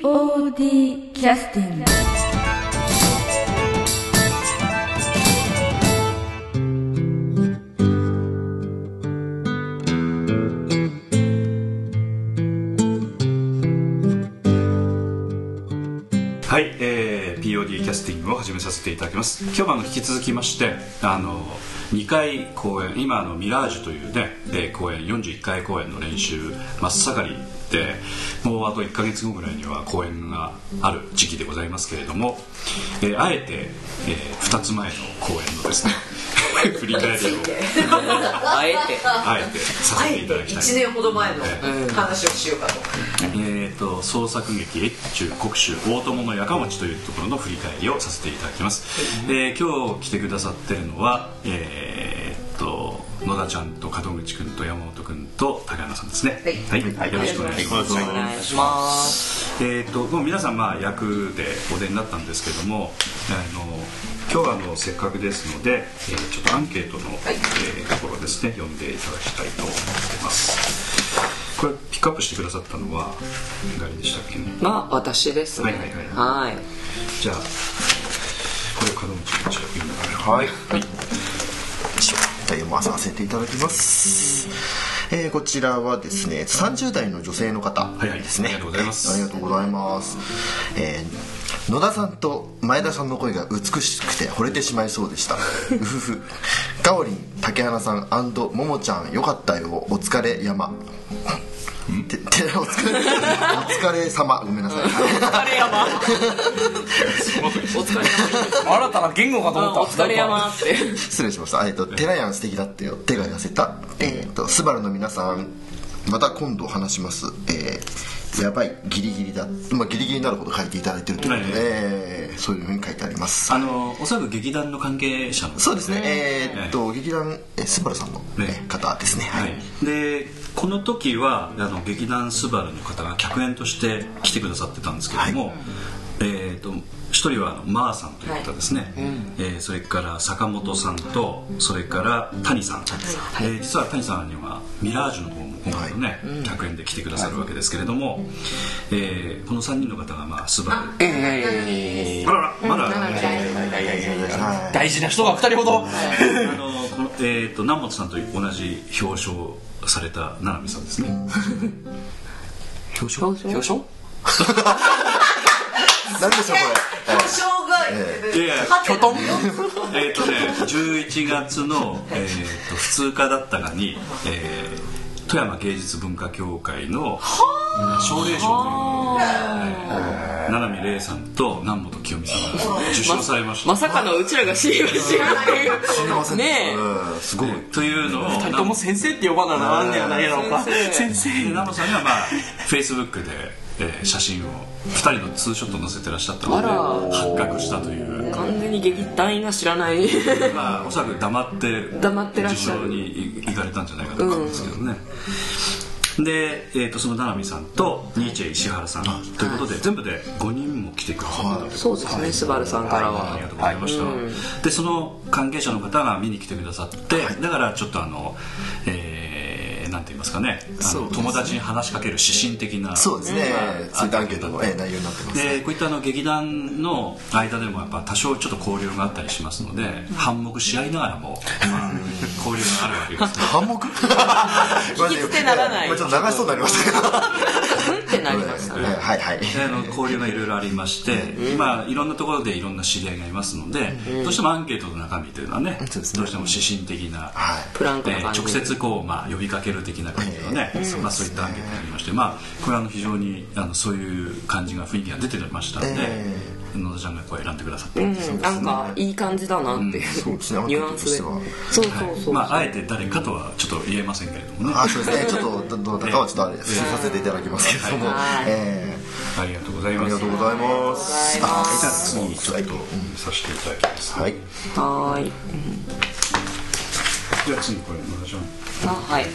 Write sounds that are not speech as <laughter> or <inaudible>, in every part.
POD キャスティングはい、えー、POD キャスティングを始めさせていただきます今日もあの引き続きましてあの2回公演今あのミラージュというね、えー公演41回公演の練習真っ盛りでもうあと1か月後ぐらいには公演がある時期でございますけれども、えーあえて、え2つ前の公演の <laughs> ですね <laughs> 振り返りをあえてあえてさあせえてていただきたい1年ほど前のうん話をしようかと、えー、と創作劇越中国州大友のやかもちというところの振り返りをさせていただきます、えー今日来てくださってるのはえー、と野田ちゃんと門口君と山本君と高山さんですね、はいよろしくお願いします、お願いしますえー、ともう皆さんまあ役でお出になったんですけどもあの今日はあのせっかくですので、えーちょっとアンケートの、えーところですね読んでいただきたいと思ってますこれピックアップしてくださったのは誰でしたっけねまあ私ですねはいはいはいはいじゃあこれ門口君ちょっと読んでもらえるはい。じゃあ読まさせていただきます。えーこちらはですね、30代の女性の方いはいですね。ありがとうございますありがとうございます。えー野田さんと前田さんの声が美しくて惚れてしまいそう <laughs> でした。うふふ。かおりん、竹花さん、ももちゃん、よかったよ。お疲れ山。ててお疲れお疲れ様ごめんなさいお疲れ山お疲れ新たな言語かと思っ山お疲たれ山って失礼しましたえっとテラヤン素敵だったよ手が痩せたえっとスバルの皆さんまた今度話しますえーやばいギリギリだ、まあ、ギリギリになるほど書いていただいてるということで、えーそういうふうに書いてありますあのおそらく劇団の関係者のそうですねえーっと劇団えスバルさんの、ねね方ですねは、はいい、でこの時はあの劇団スバルの方が客演として来てくださってたんですけども、えー、と一人はあのマーさんという方ですね、えーそれから坂本さんとそれから谷さん、えー実は谷さんにはミラージュの方も今回のね、客演で来てくださるわけですけれども、えーこの3人の方がまあスバルあららまだ、大事な人が二人ほどあのこのえー、と南本さんと同じ表彰された七海さんですね、表彰なんでしょうこれ、え故障が、いやいやキョトンえっとね11月の、えー、と普通科だったかに、えー富山芸術文化協会の奨励賞というのをはい七海玲さんと南本清美さんが受賞されました、まさかのうちらが知りませんー知りませんでしたねうんすごいというのを二人とも先生って呼ばなならんねやないやろうか先先で生南本さんにはまあフェイスブックで、えー写真を2人のツーショット載せてらっしゃったのであら発覚したというえ完全に劇団員が知らないまあおそらく黙って黙ってらっしゃる受賞に行かれたんじゃないかと思うんですけどね、で、えー、とその七海さんとニーチェ石原さんということで、全部で5人も来てくださったというそうですねスバルさんからあはりがとうございました、でその関係者の方が見に来てくださって、だからちょっとあのえーなんて言いますかねあそうのですね友達に話しかける指針的なそうですね、んそういったアンケートの、えー内容になってますでこういったあの劇団の間でもやっぱ多少ちょっと交流があったりしますので、反目し合いながらも、まあ交流があるわけ <laughs> ですね反目引き捨てならないこれちょっと流しそうになり <laughs> ましたけどふんってなりました <laughs> ねはいはいであの交流がいろいろありまして、今いろんなところでいろんな知り合いがいますので、どうしてもアンケートの中身というのはね,、そうですねどうしても指針的な、はいプランクえのー感じ直接こう、まあ、呼びかける的な感じのね、まあ、そういったアンケートになりまして、まあ、これはあの非常にあのそういう感じが雰囲気が出てましたので、え野田ちゃんがこう選んでくださったうんんです、なんかいい感じだなっていうそうですねアンケニュートアンとスしでてはそうそうそうまあ、あえて誰かとはちょっと言えませんけれどもね、あそうです <laughs> ねちょっとどどうだかはちょっとあれですさせていただきますけれども、はいえありがとうございーあますりがとうございますありがとうございまじゃああ次ちょっとさせていただきます、はいはーいじゃあ次これ野田ちゃんあはい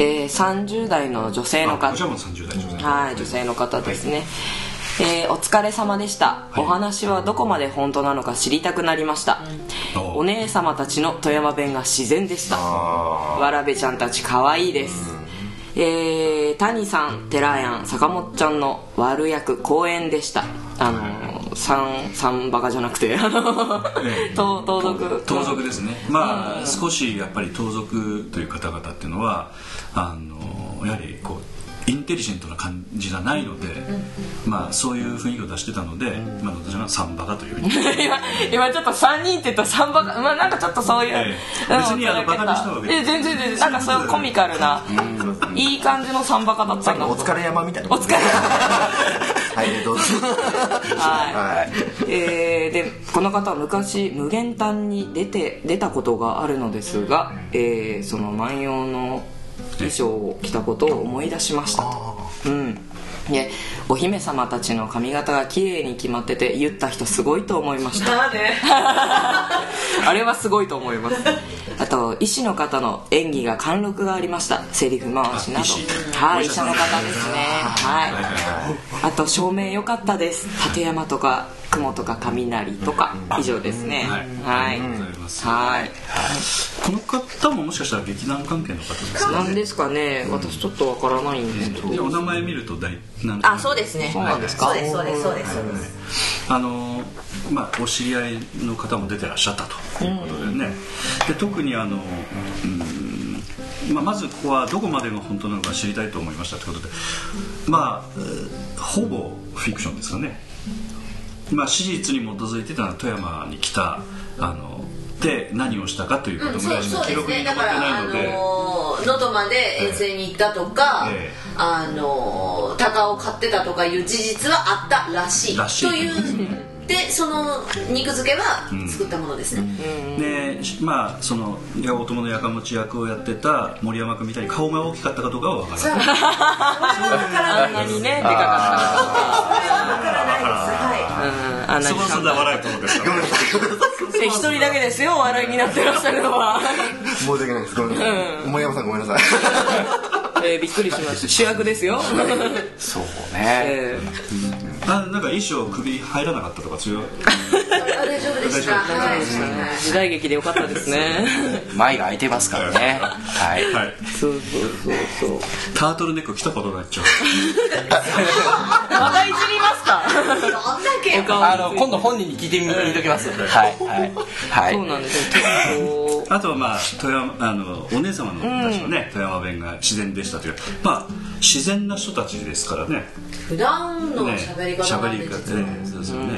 えー、30代の女性のあ方こちらも30代女性の方はい、女性の方ですね、えーお疲れ様でした、はいお話はどこまで本当なのか知りたくなりました、おお姉様たちの富山弁が自然でしたわらべちゃんたち可愛いです、えー、谷さん寺やん坂本ちゃんの悪役公演でしたあの三三バカじゃなくてあのええ盗盗賊盗賊ですねまあ少しやっぱり盗賊という方々っていうのはあのやはりこうインテリジェントな感じがないので、まあ、そういう雰囲気を出してたので、まあ、私はサンバカというふうに、え今今ちょっと3人って言ったら3バカまあなんかちょっとそういう、ええうん別にあの驚けバたカにしたわけいや全然全然なんかそういうコミカルなうんいい感じの3バカだったさっんきだのお疲れ山みたいなおこと疲ねれはい <laughs> どうぞははいい、えーでこの方は昔無限端に出て出たことがあるのですが、えーその万葉の衣装を着たことを思い出しましたとうんでお姫様たちの髪型が綺麗に決まってて言った人すごいと思いましたなんで <laughs> あれはすごいと思いますあと医師の方の演技が貫禄がありましたセリフ回しあ医など師はおい医医者さ者んの方ですねはいあと照明良かったです立山とか雲とか雷とか以上ですねはありいがとうございますはいこの方ももしかしたら劇団関係の方ですか何ですかね私ちょっとわからないんですけでおど名前見ると大なんあそうですねそうなんですそかうですそうですそうですそうですあのまあ、お知り合いの方も出てらっしゃったということでね、で特にあの、うんまあ、まずここはどこまでが本当なのか知りたいと思いましたということで、まあえー、ほぼフィクションですかね、まあ、史実に基づいてたのは富山に来たあので何をしたかということぐそらういしそかう記で録すにね残っだてかならいのあので。ー能登まで遠征に行ったとか、ええあのー鷹を飼ってたとかいう事実はあったらしいらしいというでその肉付けは作ったものですね、でしまあその八乙女のやかもち役をやってた森山君みたいに顔が大きかったかどうかは分からないあんなにねでかかわからないですはったのがうんあんなそにこはそんな笑いと思ですからえ一人だけですよお笑いになってらっしゃる <laughs> のは申し訳ないですごめんなさい、森山さんごめんなさい <laughs> えーびっくりしました主役で <laughs> すよそうねえーあなんか衣装首入らなかったとか強いいあ大丈夫でした大丈夫はい時代劇でよかったですね前が空いてますからねはいはいそうそうそうそうタートルネック着たことになっちゃう <laughs> またいじりますかどんだけお顔 <laughs> あの今度本人に聞いてみ見ときますはいはいはいそうなんですよ結構あとはまあ富山あのお姉様の確かね、富山弁が自然でしたというまあ自然な人たちですからね普段のね喋り方なん喋でり実方はねそうですよね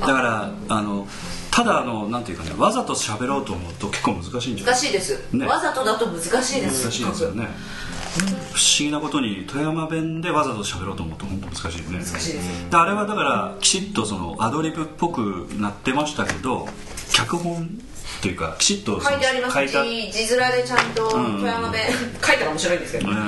だからあのただあのなんていうかねわざと喋ろうと思うと結構難しいんじゃない難しいです、ねわざとだと難しいです難しいですよね不思議なことに富山弁でわざと喋ろうと思うと本当難しいよね難しいですあれはだからきちっとそのアドリブっぽくなってましたけど脚本っていうかきちっとその書いてあります書いた字字面でちゃんと富山弁書いたら面白いんですけど、うんあ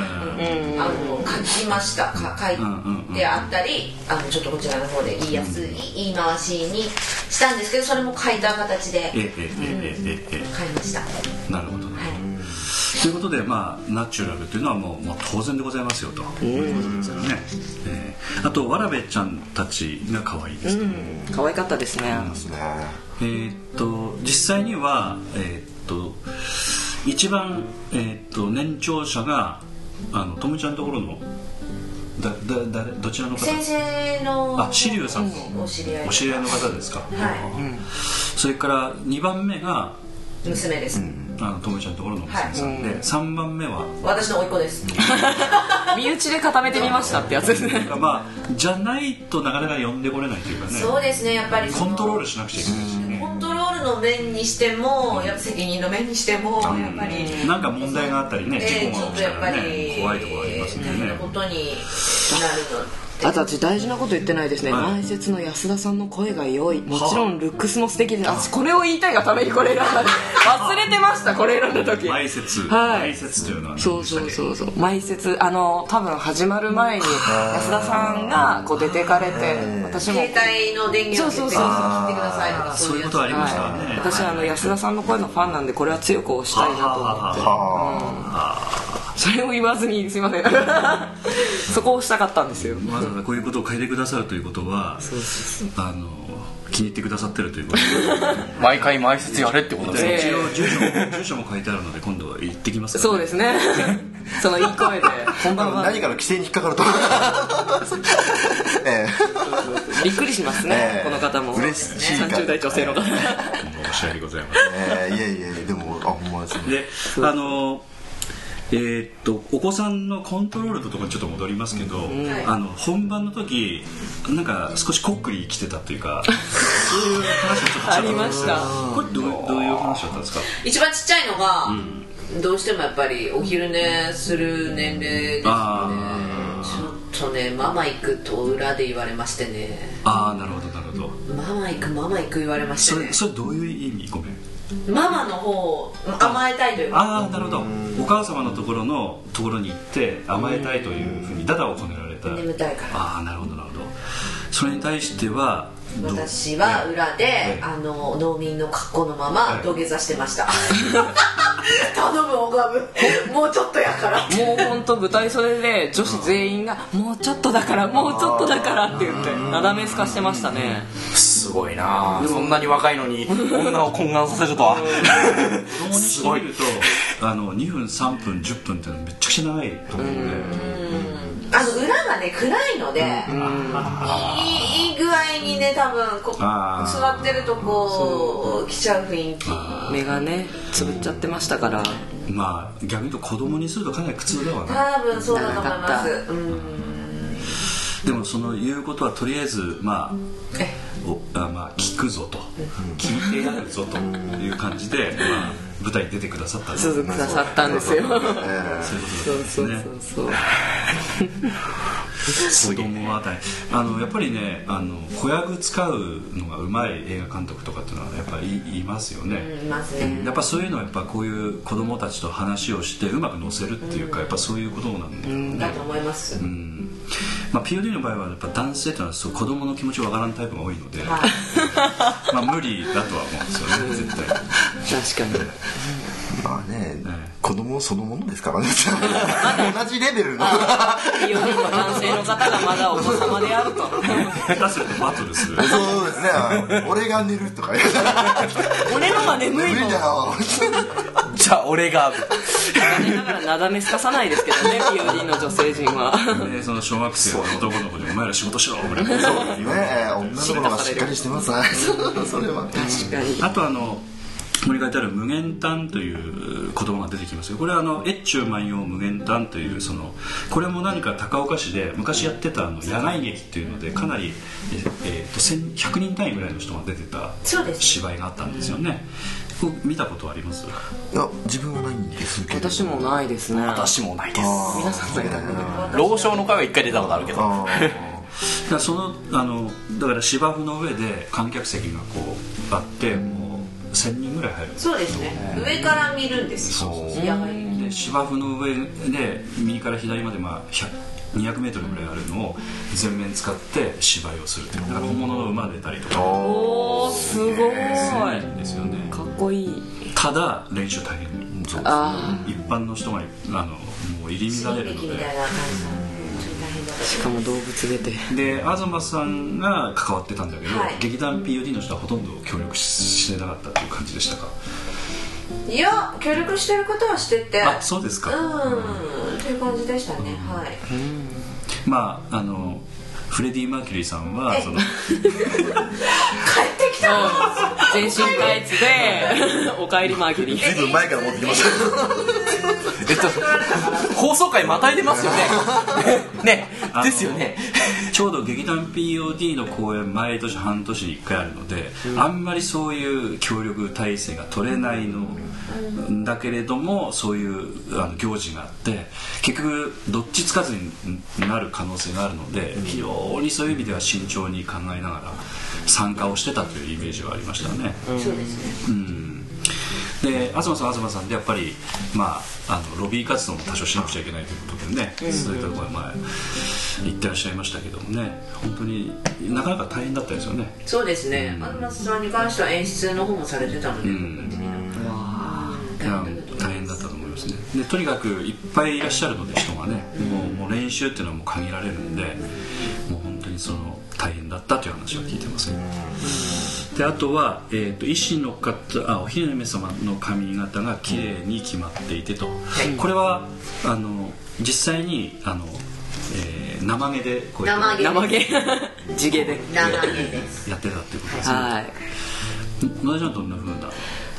の書きましたか書うんうんうんいてあったりあのちょっとこちらの方で言いやすい言い回しにしたんですけどそれも書いた形でええええええええ書いましたえなるほどねということで、まあ、ナチュラルというのはもう、まあ、当然でございますよということですよね、ええあとわらべちゃんたちが可愛いですね、可愛かったですねえーっと実際には、えーっと一番、えーっと年長者があのトムちゃんのところのだだ誰どちらの方先生のあシリュウさんのお知り合いお知り合いの方ですか、はういんそれから2番目が娘です、あのトムちゃんのところの娘さんで、はい3番目は私の甥っ子です身内で固めてみましたってやつですねまあじゃないとなかなか呼んでこれないというかねそうですねやっぱりそコのントロールしなくちゃいけないしねコントロールの面にしてもやっぱ責任の面にしてもやっぱり、なんか問題があったりね事ええ故ちょがっ起ときたやっぱらりね怖いところありますんで大変なねことになあるとので私大事なこと言ってないですね、はい前説の安田さんの声が良いもちろんルックスも素敵で私これを言いたいがためにこれ選んだ忘れてましたこれ選んだ時埋設、はい埋設というのはねそうそうそうそう前説あの多分始まる前に安田さんがこう出てかれて私も携帯の電源を切って切ってくそうそうそうださいとかそういうやこつとはありましたね、はい、私はあの安田さんの声のファンなんでこれは強く推したいなと思ってそれを言わずにすいません <laughs> そこをしたかったんですよわざわざこういうことを変えてくださるということはあの気に入ってくださってるということ毎回毎節やれってことですでええ一応住所も住所も書いてあるので今度は行ってきますから、そうですねそのいい声で「こんばんは何」かの規制に引っかかると <laughs> 思うえびっくりしますね、ええこの方も嬉しいから30代女性の方申し訳ございませんえええいやいやいやでもあほんまですねであのえーっとお子さんのコントロールととこにちょっと戻りますけど、あの本番の時なんか少しこっくりきてたっていうかそういう話をちょっとちらっとありましたこれどうどういう話だったんですか一番ちっちゃいのが、どうしてもやっぱりお昼寝する年齢ですねちあょっとねママ行くと裏で言われましてねああなるほどなるほどママ行くママ行く言われましそてれねそれどういう意味ごめんママの方を甘えたいというかああなるほどお母様のところのところに行って甘えたいというふうにダダをこねられた眠たいからああなるほどなるほどそれに対してはどう私は裏でえ、えあの農民の格好のままええ土下座してました <laughs> 頼むオ <laughs> ガブもうちょっとやからってもう本当舞台袖で女子全員が「もうちょっとだからもうちょっとだから」って言ってなだめすかしてましたねすごいなあそんなに若いのに女を懇願させるとは子供にしてみるとあの2分3分10分っていうのはめちゃくちゃ長いと思うんであの裏がね暗いのでいいいい具合にね多分こあー座ってるとこう来ちゃう雰囲気は目がねつぶっちゃってましたからまあ逆に言うと子供にするとかなり苦痛だわな多分そうだと思いますうんでもその言うことはとりあえずまあおあまあ聞くぞと聞いてやるぞという感じで、まあ、舞台に出てくださったんです続くださったんですよそういうことそうですそうねそうそう子供あたりあのやっぱりねあの子役使うのがうまい映画監督とかっていうのはやっぱりいいますようんね、いますねやっぱそういうのはやっぱこういう子供たちと話をしてうまく乗せるっていうかやっぱそういうことなんだよね、だと思いますうんまあ、POD の場合はやっぱ男性というのはそう子供の気持ちわからんタイプが多いので、はいまあ、無理だとは思うんですよね絶対確かにまあねえ子供そのものですからね <laughs> 同じレベルの4人の男性の方がまだお子様である <laughs> と下手するとバトルするそうですねあの俺が寝るとか言う俺のが眠無い理のだよ <laughs> じゃあ俺が残念ながらなだめすかさないですけどね POD の女性陣はでその小学生の男の子に「お前ら仕事しろ」ぐらいなねえ女の子の方がしっかりしてますねそれは確かにあとあのここに書いてある「無限端」という言葉が出てきますよこれはあの「越中万葉無限端」というそのこれも何か高岡市で昔やってたあの野外劇っていうのでかなり、ええーと1000 100人単位ぐらいの人が出てたそうです芝居があったんですよね、こう見たことはありますいや自分はないんですけど私もないですね私もないです皆さんないだ老少の会は一回出たことあるけどあーだからそのあのだから芝生の上で観客席がこうあってもう1000人ぐらい入るんですそうですね上から見るんですよ野外にで芝生の上で右から左まで、まあ、200m ぐらいあるのを全面使って芝居をするっていうだから本物の馬出たりとかおーすごないいんですよねかっこいいただ練習大変そうあ一般の人があのもう入り乱れる劇のみたいでな感じなんで本当に大変だと思いますしかも動物出てで東さんが関わってたんだけど、はい劇団 POD の人はほとんど協力ししてなかったっていう感じでしたかいや協力してることはしててあそうですかうんっていう感じでしたねはいまああのフレディ・マーキュリーさんはえその帰ってきた全身タイツで「おかえりマーキュリー随分前から持ってきましたえっと放送回またいでますよねねあのですよねちょうど劇団 POD の公演毎年半年に1回あるので、あんまりそういう協力体制が取れないの、だけれどもそういうあの行事があって結局どっちつかずになる可能性があるので、非常にそういう意味では慎重に考えながら参加をしてたというイメージはありましたね。そうですねで東さんは東さんでやっぱり、まあ、あのロビー活動も多少しなくちゃいけないということでね、そういったところへまあ行ってらっしゃいましたけどもね本当になかなか大変だったですよねそうですね安村さんに関しては演出の方もされてたのでうんい大や変だったと大思い変まだっすたと思いますねでとにかくいっぱいいらっしゃるので人がねもうもう練習っていうのはもう限られるんでもう本当ににその大変だったという話は聞いてますねであとは、えー、と医師の方あお姫様の髪型が綺麗に決まっていてと、これはあの実際にあの、えー生毛でこうやって生毛生毛地毛で長毛ですやってたっていうことですねはい野田ちゃんはどんなふうな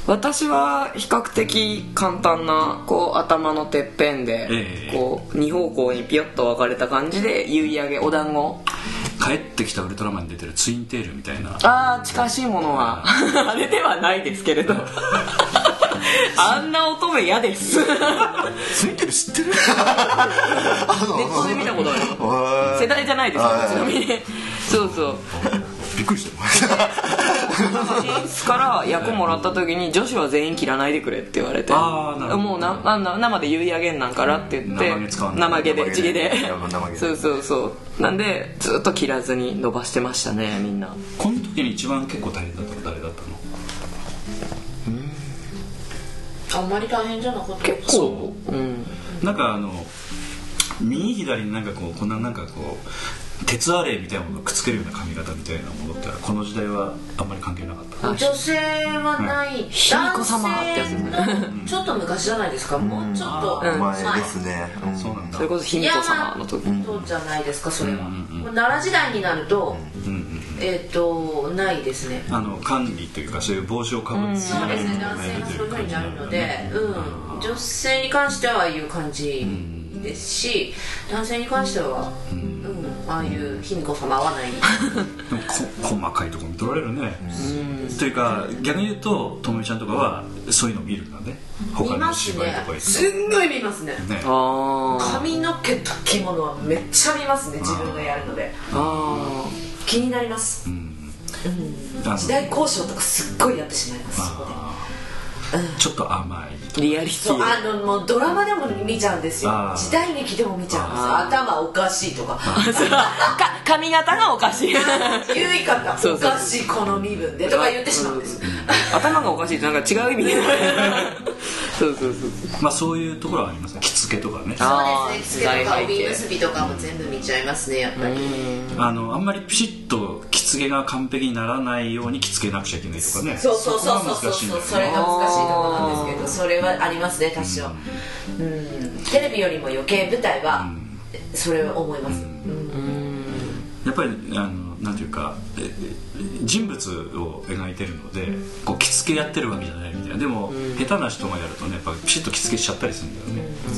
私は比較的簡単なこう頭のてっぺんで、ええこう二方向にピヨッと分かれた感じで結い上げお団子帰ってきたウルトラマンに出てるツインテールみたいなああ近しいものは <laughs> あれではないですけれどあんな乙女嫌ですネついてる知ってるットで見たことあるあ世代じゃないですよはいちなみにそうそうびっくりしたンスから役もらった時に女子は全員切らないでくれって言われてあーなるほどもうなあな生で言い上げんなんからって言って生毛使わない生毛で地毛で生毛でそうそうそうなんでずっと切らずに伸ばしてましたねみんなこの時に一番結構大変だったのは誰だったのあんまり大変じゃなかった結構うんなんかあの右左になんかこうこんななんかこう鉄アレイみたいなものをくっつけるような髪型みたいなものってこの時代はあんまり関係なかった女性はない、男卑弥呼様ってやつね性のちょっと昔じゃないですか、もうちょっと、お前ですねうんそうなんだそれこそ卑弥呼様の時そうじゃないですかそれは、もう奈良時代になると、えっ、とないですねあの管理というかそういう帽子をかぶってそうですね男性がそういうふうになるので、うん、女性に関してはああいう感じですし男性に関しては、うんああいう卑弥呼様はないでもこ細かいところ見とられるねというか逆に言うとともみちゃんとかはそういうの見るんだね他見のます芝居ねとか行ってすんごい見ますねねあー髪の毛と着物はめっちゃ見ますね自分がやるのであ気になりますあの時代交渉とかすっごいやってしまいますそこでちょっと甘いーリアリテそうィあのもうドラマでも見ちゃうんですよあー時代劇でも見ちゃうんです頭おかしいとか <laughs> か髪型がおかしい <laughs> 言い方そうおかしいこの身分でとか言ってしまうんです <laughs> 頭がおかしいってなんか違う意味 <laughs> でそうそうそうまあそういうところはありますね着付けとかねああー時代背景びとかも全部見ちゃいますねやっぱりのあんまりピシッと着付けが完璧にならないように着付けなくちゃいけないとかねそうそうそうそうこそうが難しいんだそうよねそれが難しいところなんですけどそれはありますね多少うんテレビよりも余計舞台はそれを思いますやっぱりあのなんていうかええ人物を描いてるのでこう着付けやってるわけじゃないみたいなでも、下手な人がやるとねやっぱピシッと着付けしちゃったりするんだよね、うん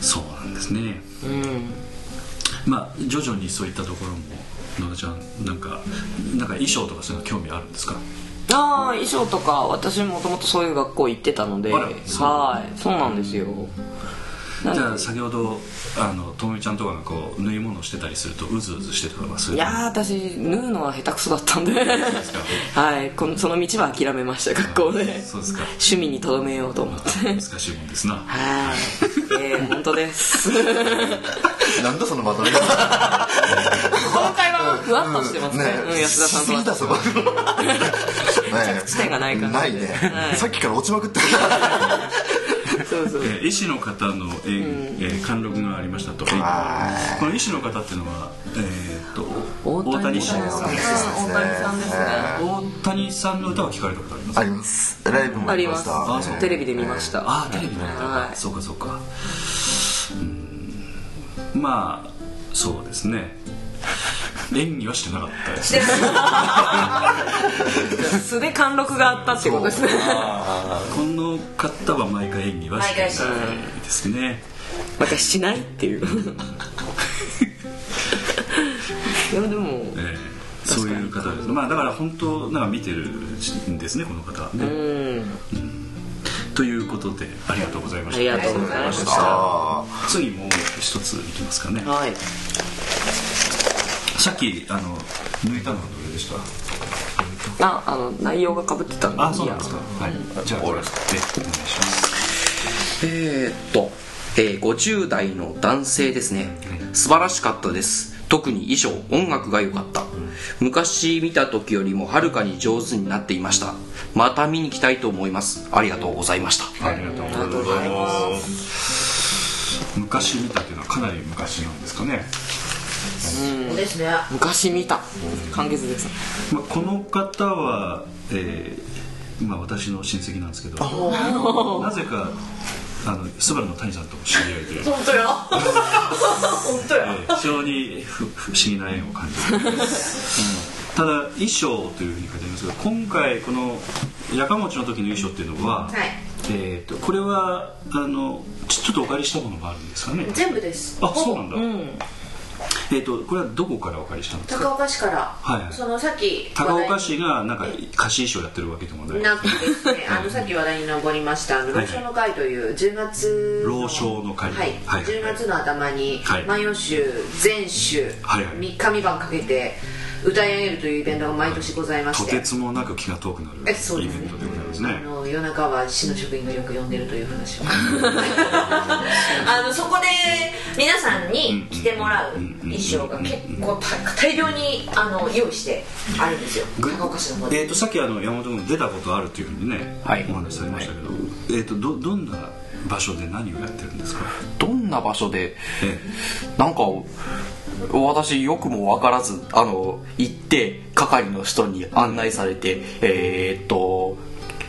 そうなんですねまあ徐々にそういったところも野田ちゃんなんかなんか衣装とかそういうの興味あるんですかああ衣装とか私もともとそういう学校行ってたのであらそうはいそうなんですよなんじでゃあ先ほどあのともみちゃんとかがこう縫い物をしてたりするとうずうずしてとかはするいやー私縫うのは下手くそだったん <laughs> ですかはいこのその道は諦めました学校でそうですか趣味にとどめようと思って難しいもんですなはいえー、本当です <laughs> なんだそのまとめ今回はふわっとしてますね,、うん安田さんとすぎたはそば地点がないからないねはいさっきから落ちまくってるそうそうえー医師の方の、えーえー貫禄がありましたとこはの医師の方っていうのは、えーっと大谷さん大谷うん大谷さんですね大谷さんの歌は聞かれたことありますありますライブもあありりまましすたあそうテレビで見ましたああテレビの歌、はいそうかそうかうんまあそうですね演技はしてなかったですね素で貫禄があったってことです <laughs> ねこの方は毎回演技はしてないですね私しないっていういやでもええそういう方です、まあ、だから本当なんか見てるんですねこの方はね、うんということでありがとうございましあたりがとうございましたあ次もう一ついきますかねはいさっきあの抜いたのはどれでしたああの内容が被ってたんであそうなんですかいはいじゃあこれでお願いしますえーっと、えー50代の男性ですねは素晴らしかったです特に衣装音楽が良かった昔見た時よりもはるかに上手になっていましたまた見に来たいと思いますありがとうございましたありがとうございます昔見たっていうのはかなり昔なんですかねそうですね昔見た完結ですまあ、この方は、えーまあ、私の親戚なんですけどなぜかあのスバルの谷さんとも知り合いで、え本当 <laughs> よ本当よー非常に不不思議な縁を感じる、うんただ衣装というふうに書いてありますが今回このやかもちの時の衣装っていうのは、はいえー、とこれはあのちちょっとお借りしたものもあるんですかね全部ですあそうなんだ、んえっ、とこれはどこからお借りしたんです高か岡市から、はいはいそのさっき高岡市がなんか貸し衣装やってるわけでもないなくてですね、あのさっき話題に上りました「あのはい老少の会」という10月の老少の会はいはい10月の頭にはい「万葉集」全集はいはい3日3晩かけて歌い上げるというイベントが毎年ございましとててつもなく気が遠くなるイベえントそうでですねございますあねの夜中は市の職員がよく呼んでるという <laughs> 話をあのそこで皆さんに着てもらう衣装が結構た大量にあの用意してあるんですよぐ高岡市の方でえー、とさっきあの山本君出たことあるというふうにね、はいお話しされましたけど、えー、とどどんな場所で何をやってるんですか、どんな場所でえなんか私よくも分からずあの行って係の人に案内されてえー、っと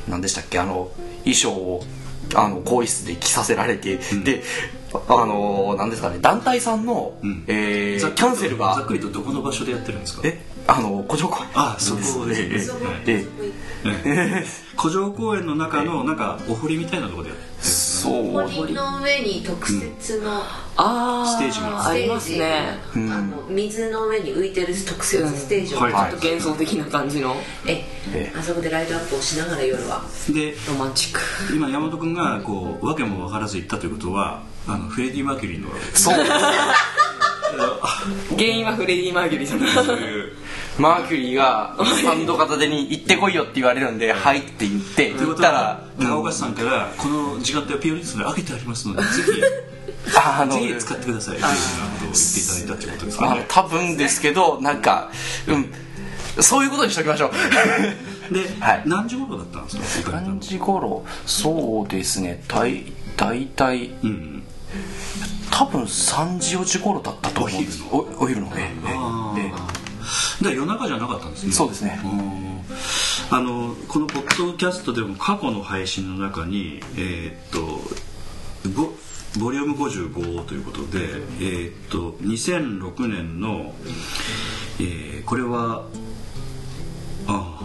何でしたっけあの衣装をあの更衣室で着させられて、であの何ですかね団体さんの、んーえーざっくりとキャンセルざっがくりとどこの場所でやってるんですかえあの古城公園あそこですねですはいでえー古城公園の中のなんかお堀みたいなところでやってるそう森の上に特設の、あーステージがありますねステージあの水の上に浮いてる特設ステージを、はいちょっと幻想的な感じのええあそこでライトアップをしながら夜はでロマンチック今山本君がこう訳も分からず行ったということはあのフレディ・マーキュリーのそう原因はフレディ・マーギュリーさん <laughs> そういう <laughs> マーキュリー <laughs> がスタンド片手に行ってこいよって言われるんで「はい」って <laughs> 言ってという行こっとたはら長岡市さんからこの時間帯はピオリストで開けてありますのでぜあのひぜひ使ってくださいというようなことを言っていただいたということですあかのね多分ですけどなんかうんそういうことにしときましょうで、はい何時頃だったんですか行かれたの何時頃そうですね大大体うん多分3時4時頃だったと思うんですおお昼のねあでーで夜中じゃなかったんですねそうですねうんあのこのポッドキャストでも過去の配信の中にえーっとごボリューム55ということで、えーっと2006年の、えーこれはあ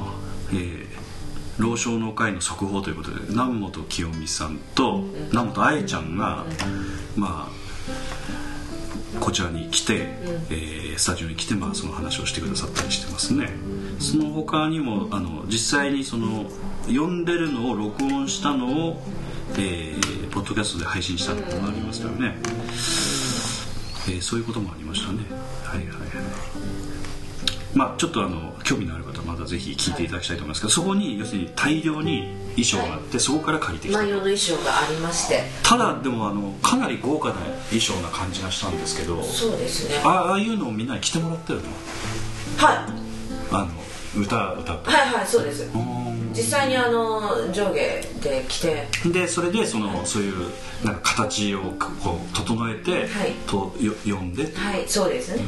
ー、えー老少の会の速報ということで南本清美さんと南本愛ちゃんが、まあ、こちらに来て、えースタジオに来て、まあ、その話をしてくださったりしてますねその他にもあの実際にその呼んでるのを録音したのを、えーポッドキャストで配信したってこともありましたよね、えーそういうこともありましたねはいはいはいまあ、ちょっとあの興味のある方はまだぜひ聞いていただきたいと思いますけど、そこに要するに大量に衣装があって、そこから借りてきた万葉の衣装がありましてただでもあのかなり豪華な衣装な感じがしたんですけどそうですねあああいうのをみんなに着てもらったよねはいあの歌歌ったはいはいそうです実際にあの上下で着てでそれでそのそういうなんか形をこう整えて、はいとよ呼んではいそうですね、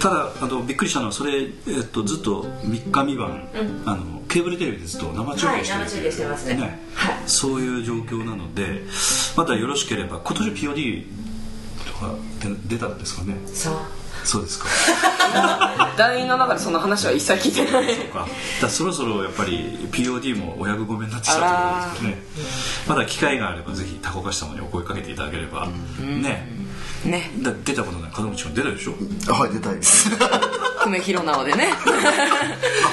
ただあのびっくりしたのはそれ、えっと、ずっと3日三晩、あのケーブルテレビでずっと生中継してるはい生中という継してますねはいそういう状況なのでまたよろしければ今年 POD とか出出たんですかねそうそうですか団員の中でそんな話は一切聞いてないそうかだからそろそろやっぱり POD もお役御免になってきたと思うんですけどねまだ機会があればぜひ高岡市様にお声かけていただければ、ねねだ出たことない門口君出たでしょはい出たいです久米広直でね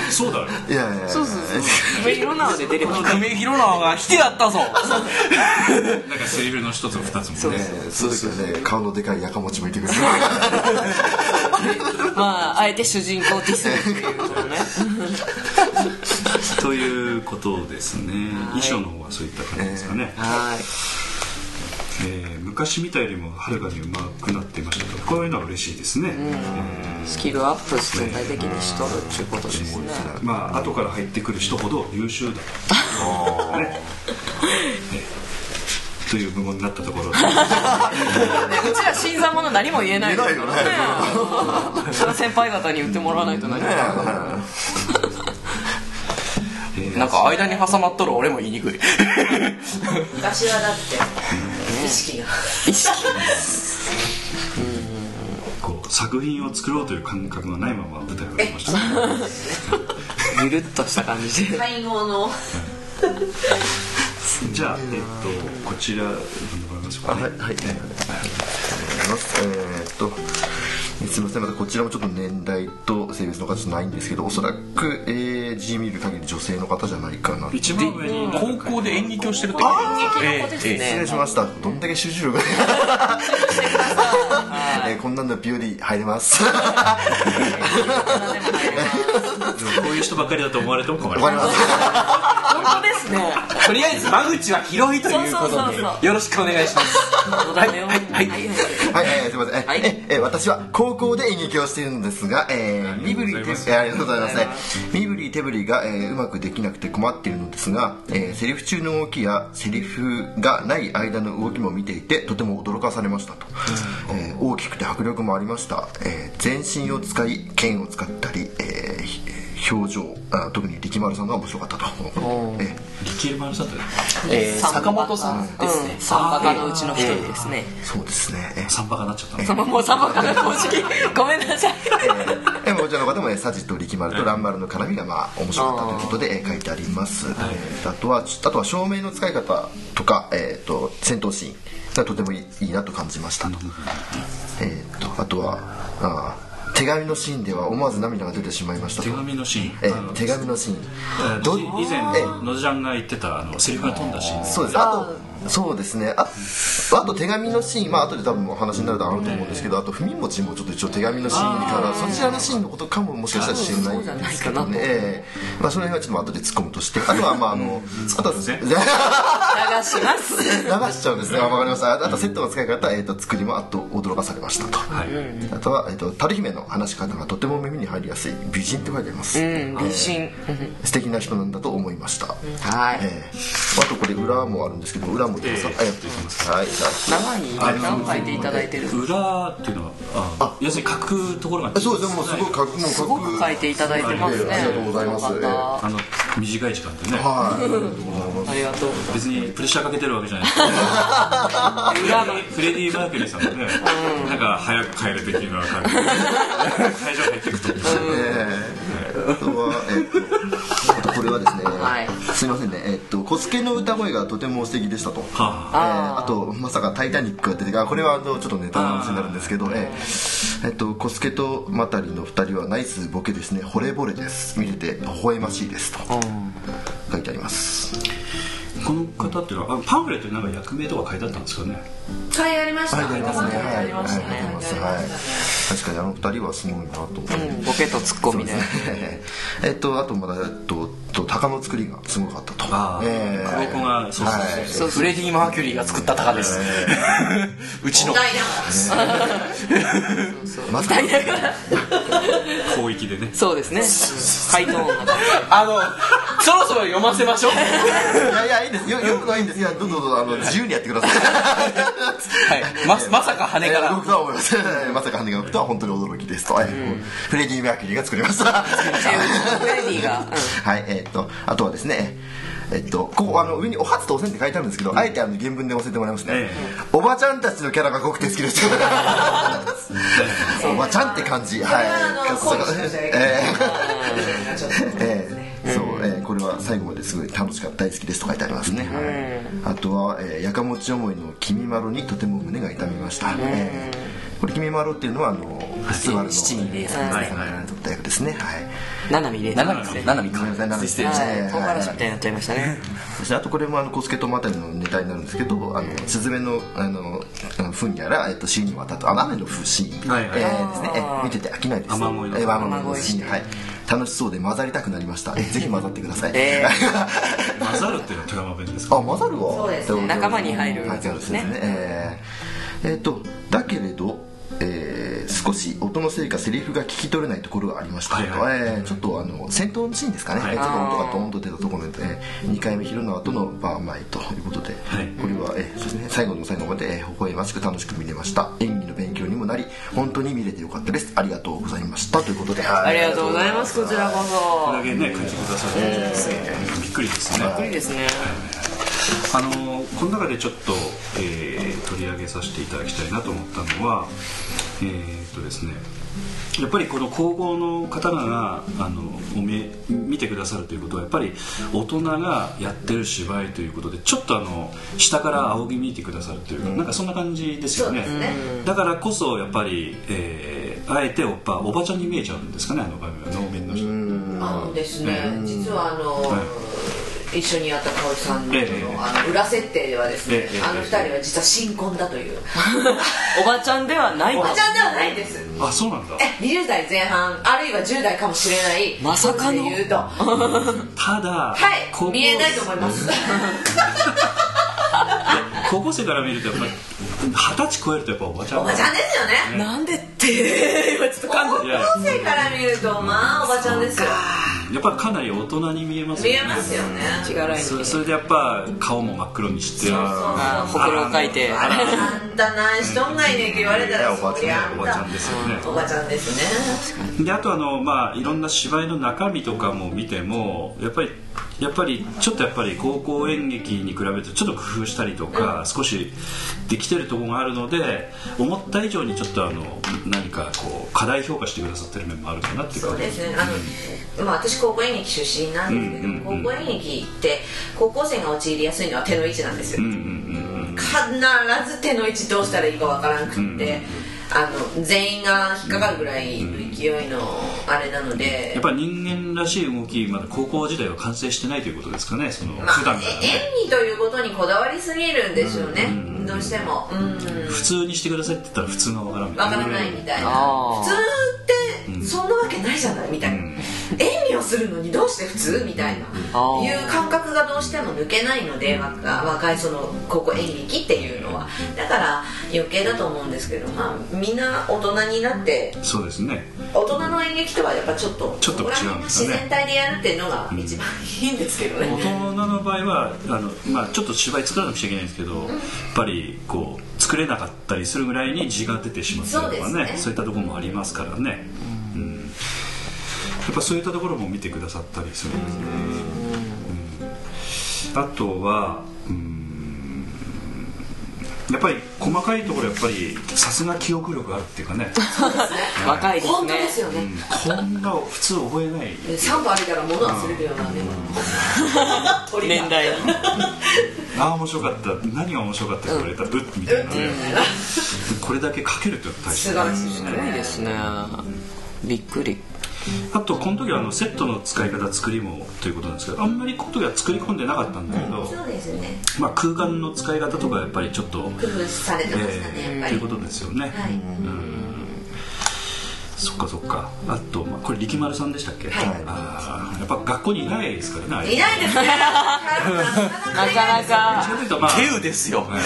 あそうだよいやいやいやそうそうそう久米広直で出れば久米宏直が来てやった <laughs> ぞなんかセリフの一つ二つもねえーそうですよね顔のでかいやかもちもいてくれるまああえて主人公ディスるっていうこのねということですね衣装の方はそういった感じですかね、はえー昔みたいよりもはるかに上手くなっていましたとこういうのは嬉しいですね、いスキルアップ全体的にしとるっていうことですねまあ後から入ってくる人ほど優秀だねねという無言になったところうちら新参者何も言えない言えないよねねそれは先輩方に言ってもらわないと何もえーなんか間に挟まっとる俺も言いにくい私はだって意識が意識こう作品を作ろうという感覚がないまま舞台をやりました <laughs> ゆるっとした感じで会合のじゃあ、えっと、こちらでございましょうあかはねいはいありがとうございますえーっとすいませんまたこちらもちょっと年代と性別の方じゃないんですけどおそらく、えー、G 見る限り女性の方じゃないかな一番上に高 <laughs> 校で演劇をしてるって演劇の子ですね失礼しましたどんだけ集中力が <laughs> えーこんなんの POD 入れますこういう人ばかりだと思われても困りわかりまますす本当ですねとりあえず間口は広いというこそうとそうそうそでよろしくお願いしますそうだよはいはいはいはい、えー、すみません、えはいええー私は高校で演劇をしているのですが、えー、身振り手振り、えーありがとうございます、身振り手振りが、えーうまくできなくて困っているのですが、えーセリフ中の動きやセリフがない間の動きも見ていてとても驚かされましたと、えー大きくて迫力もありました、えー全身を使い剣を使ったり、えーひ表情あ特に力丸さんが面白かったと、えー力丸さんってえー坂本さんですねうんサンバカのうちの一人ですねそうですね、えーサンバカになっちゃったねその <laughs> もうサンバカの公式ごめんなさいえー、もちろんの方も、えー、サジと力丸と蘭丸の絡みが、まあ、面白かったということで、えー書いてあります、えーあとはあとは照明の使い方とか、えー、と戦闘シーンがとてもいいいいなと感じましたと,、えー、とあとはあー手紙のシーンでは思わず涙が出てしまいましたと手紙のシーン、えあのー手紙のシーえーンどど以前えーのじちゃんが言ってたあのセリフが飛んだシーンそうですあとそうですねああと手紙のシーンまあ後で多分お話になるとあると思うんですけどあと文持ちもちょっと一応手紙のシーンからそちらのシーンのことかももしかしたら知らないんですけどねええまあその辺はちょっと後で突っ込むとしてあとはまああのあとは流します流しちゃうんですねあわかりましたあとセットの使い方、えー、と作りもあと驚かされましたと、あとは、えー、と樽姫の話し方がとても耳に入りやすい美人って書いてあります、 <laughs> うん美人素敵な人なんだと思いました、はいえーあとこれ裏もあるんですけど裏もいきますか、ええあはいじゃあ長い何書いていただいてる裏っていうのはあ要するに書くところがそうですねもうすごいかっもうかっすごく書いていただいてますねありがとうございますこの方あの短い時間でねはいありがとうございますありがとう別にプレッシャーかけてるわけじゃないですけど裏のフレディ・マーキュリーさんもね、なんか早く帰るべきな感じで会場入ってくとえーあとは、えー、あとこれはですね、はいすいませんねえーっと小助の歌声がとても素敵でしたとはああ,、えーあとまさか「タイタニック」が出てくるあこれはあのちょっとネタの話になるんですけど、えーえっと小助とマタリの2人はナイスボケですね惚れ惚れです見てて微笑ましいですと書いてありますこの方っていうのはあパンフレットになんか役名とか書いてあったんですかね買いありました書いてありますね書いてありまはすいね書いてありますはい確かにあの2人はすごいなと思って、うんボケとツッコミでえっとあとまだえっとと鷹の作りがすごかったとああええ黒子がそうそうそうそうそフうレディ・マーキュリーが作った鷹です、 <laughs> うちのないなまさか広域でねそうですねハイトーンがあのそろそろ読ませましょういやいやいいですよよくないんですいやどうぞどうぞあの自由にやってくださいはいままさか羽かえーら僕は思いますえーまさか羽が動くとは本当に驚きですと、えーフレディ・マーキュリーが作りましたフレディがうんはいえーっとあとはですねえーっとここあの上に「お初とおせん」って書いてあるんですけど、あえてあの原文で載せてもらいますね、えおばちゃんたちのキャラが濃くて好きですおばちゃんって感じはいあのコーチとしてえあちょっとーえーそうえーこれは最後まですごい楽しかった大好きですと書いてありますね、はい、あとは、えーやかもち思いの「君まろ」にとても胸が痛みました、えーこれ「君まろ」っていうのはあのフェスティバルの七人ではいはい撮った役ですねはいナナミです七海か七海ごめんなさいか七海失礼しましたはい唐辛子みたいになっちゃいましたねそしてあとこれもあの小助とマタリのネタになるんですけどあのスズメのあのあの糞やら、えっと、シーンにわたってあの雨の風シーン、はいはいえーですねえー見てて飽きないです雨乞いのえー雨乞いのシーンはい楽しそうで混ざりたくなりました、えーぜひ混ざってください、え混ざるっていうのは富山弁ですかあ混ざるわそうですね仲間に入る入ってあるんですねねえーえーとだけれどえー少し音のせいかセリフが聞き取れないところがありました、はいはいえーちょっとあの戦闘のシーンですかね、はいい、つも音がドーンと出たところで、え2回目広縄とのバーマイということで、はいこれは、えーそうですね、最後の最後まで、えー微笑ましく楽しく見れました演技の勉強にもなり本当に見れてよかったですありがとうございましたということであありがとうございますこちらここれだそけね書いてくださってるんですねびっくりですねびっくりですねあのーこの中でちょっと、えー取り上げさせていただきたいなと思ったのはえーっとですねやっぱりこの工房の方があのお見見てくださるということはやっぱり大人がやってる芝居ということでちょっとあの下から仰ぎ見てくださるというか、なんかそんな感じですよねそうですねだからこそやっぱり、えーあえておっぱおばちゃんに見えちゃうんですかねあの場面は能面の人、あのですね、実はあの、は一緒にやった香織さんの,、ええあの裏設定ではですね、ええあの二人は実は新婚だという、おばちゃんではないおばちゃんではないんですあそうなんだえ20代前半あるいは10代かもしれないまさかの言うとはただ、高い校見えないと思います高校生から見るとやっぱり二十歳超えるとやっぱおばちゃんおばちゃんですよねなんでって今ちょっと感高動校生から見るとまあおばちゃんですよやっぱりかなり大人に見えます見よねえますよね力にそそれでやっぱ顔も真っ黒にしてあーほくろをかいてあれあんた何しとんがいねんって言われたらいやおばちゃんそりゃあおんばちゃんでたすよねおばちゃんですねであとあのまあいろんな芝居の中身とかも見てもやっぱりやっぱりちょっとやっぱり高校演劇に比べてちょっと工夫したりとか少しできてるところがあるので思った以上にちょっとあの何かこう過大評価してくださってる面もあるかなっていうそう感じですねあの、まあ、私高校演劇出身なんですけど、うんうんうん高校演劇って高校生が陥りやすいのは手の位置なんですよ、うんうんうん必ず手の位置どうしたらいいかわからなくって、うんあの全員が引っかかるぐらいの勢いのあれなのでやっ、ぱり人間らしい動きまだ高校時代は完成してないということですかねそのま普あ段からえね演技ということにこだわりすぎるんでしょうね、うんうんどうしてもうん普通にしてくださいって言ったら普通がわからんみわからないみたいなあー普通ってそんなわけないじゃないみたいな、うん演技をするのにどうして普通みたいなあーいう感覚がどうしても抜けないのでわ若いその高校演劇っていうのはだから余計だと思うんですけど、まあ、みんな大人になってそうですね大人の演劇とはやっぱちょっとちょっと違うんです自よね然体でやるっていうのが一番いいんですけどね、大人の場合はあの、まあ、ちょっと芝居作らなくちゃいけないんですけどやっぱりこう作れなかったりするぐらいに字が出てしまったりとかそうでねすねそういったところもありますからね、うん、やっぱそういったところも見てくださったりするんですね、うんあとはうんやっぱり細かいところやっぱりさすが記憶力あるっていうかね <laughs> 若いですね本当ですよね、こんな普通覚えない3歩歩いたら物は釣れるようなね、 <laughs> 鳥が年代ああ面白かった何が面白かったか言われたぶっみたいなね、これだけ書けるってのは大事素晴だらしいですすごいでねすねびっくりあとこの時はあのセットの使い方作りもということなんですけどあんまりこの時は作り込んでなかったんだけど、そうですねまあ、空間の使い方とかやっぱりちょっと、工夫されてましたね、えやーっとぱいりうことですよね、はいそっかそっかあと、まあ、これ力丸さんでしたっけ、はいあーやっぱ学校にいないですからねあれいないですね。なかなどっちかかというとまあケウですよコミッ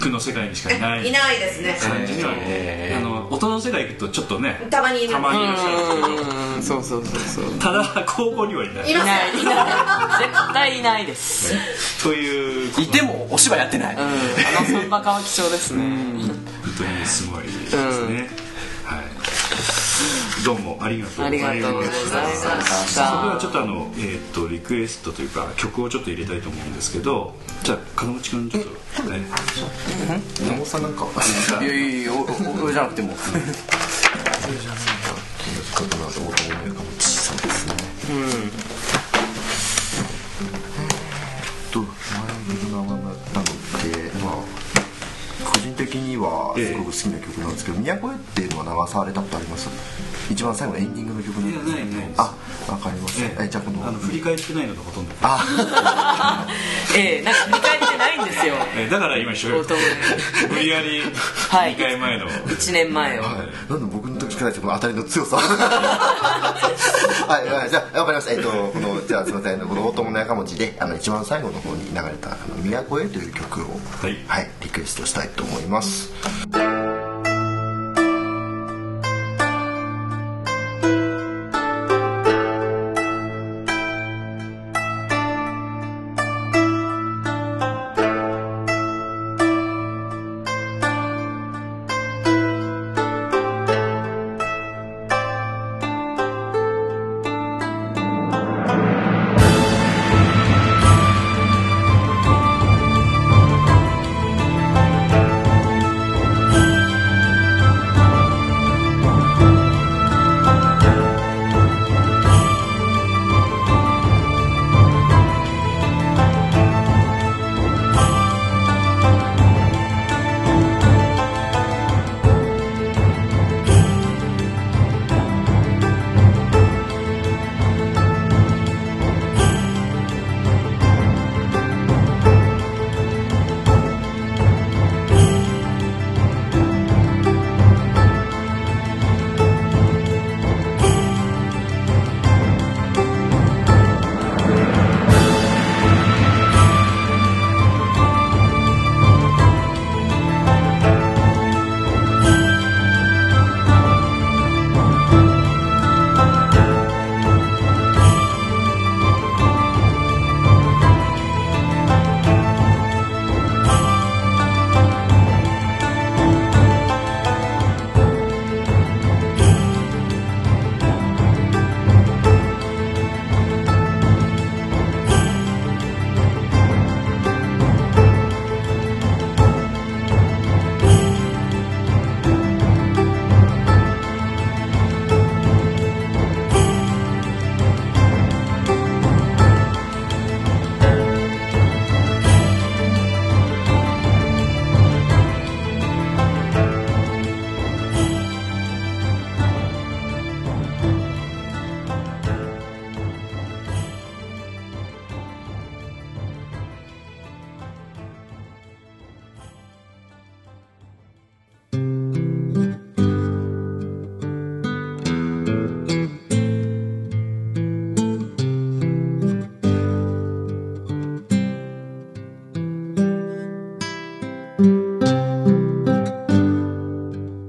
クの世界にしかいない <laughs> いないですね。感じにはね、えあーの大人の世界行くとちょっとねたまにいる。たまにいらっしゃるんですけどうんそうそうそうそうただ高校にはいないいいますないねいない <laughs> 絶対いないですといういてもお芝居やってないうんあのサンバカは貴重ですね本当にすごいですね、うんはいどうもありがとうあごりざがいとうごまざいすましそれではたちょっとあの、えーっとリクエストというか曲をちょっと入れたいと思うんですけどじゃあ金持君ちょっとね山本さんなんか <laughs> いやいやいやおおおじゃなくてもかなと思ったものかもそうですねうんと前の名前なのでまあ個人的にはすごく好きな曲なんですけど「宮古へ」っていうのは流されたことあります一番最後のエンディングの曲なんですいやないないですあわかりました、えじゃあこのあの振り返ってないのがほとんど、ええなんか振り返ってないんですよえーだから今一緒冒頭に無理やりはい2回前の、 1年前をなんで僕の時からですよこの当たりの強さはい、はい、じゃあわかりましたえっとこのじゃあすいませんあのこの大友のやかもちであの一番最後の方に流れた「あの宮古へ」という曲をはいはい、リクエストしたいと思います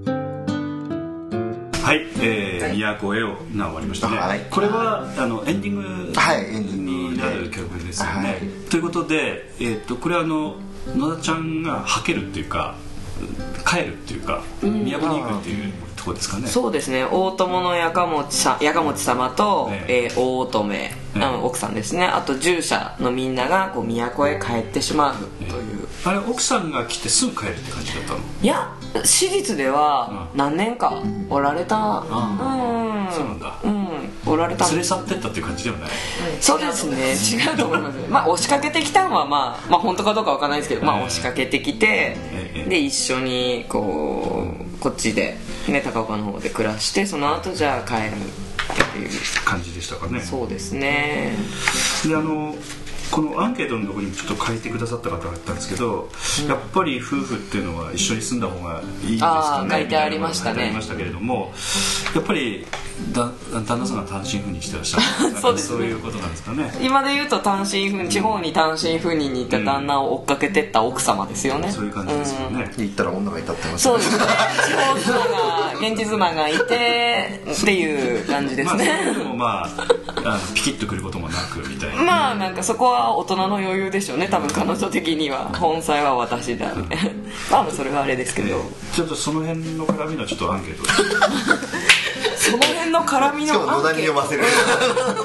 はい、えー、宮古絵をが終わりましたね、はいこれはあのエンディングはいエンディングにでなる曲ですよね、はいということで、えー、とこれはあの野田ちゃんがはけるっていうか帰るっていうか宮古に行くっていうところですかねそうですね大友のやかもちさやかもち様と、ええー大乙女、うん奥さんですねあと従者のみんながこう都へ帰ってしまうという、あれ奥さんが来てすぐ帰るって感じだったのいや史実ではう何年かおられたうそんうなんだうんおられた連れ去ってったっていう感じではないそうですね違うと思います <laughs> まあ押しかけてきたのはまあまあ本当かどうかわかんないですけどまあ押しかけてきてええで一緒にこうこっちでね高岡の方で暮らしてその後じゃあ帰るっていう感じでしたかねそうですねであのこのアンケートのところにちょっと書いてくださった方があったんですけど、やっぱり夫婦っていうのは一緒に住んだ方がいいですかあねー書いてありましたね書いてありましたけれどもやっぱりだ旦那さんが単身赴任してらっしゃるなんか <laughs> そうですねそういうことなんですかね今で言うと単身赴任地方に単身赴任に行った旦那を追っかけてった奥様ですよねそういう感じですよね、行ったら女がいたってましそたうですね地方妻が現地妻がいてっていう感じでまあすそねれでもまああのピキッとくることもなくみたいなまあなんかそこは大人の余裕でしょうね多分彼女的には本妻は私だね <laughs> まあそれはあれですけでどちょっとその辺の絡みのちょっとアンケートでその辺の絡みしかものア野ン田ケにー読トませる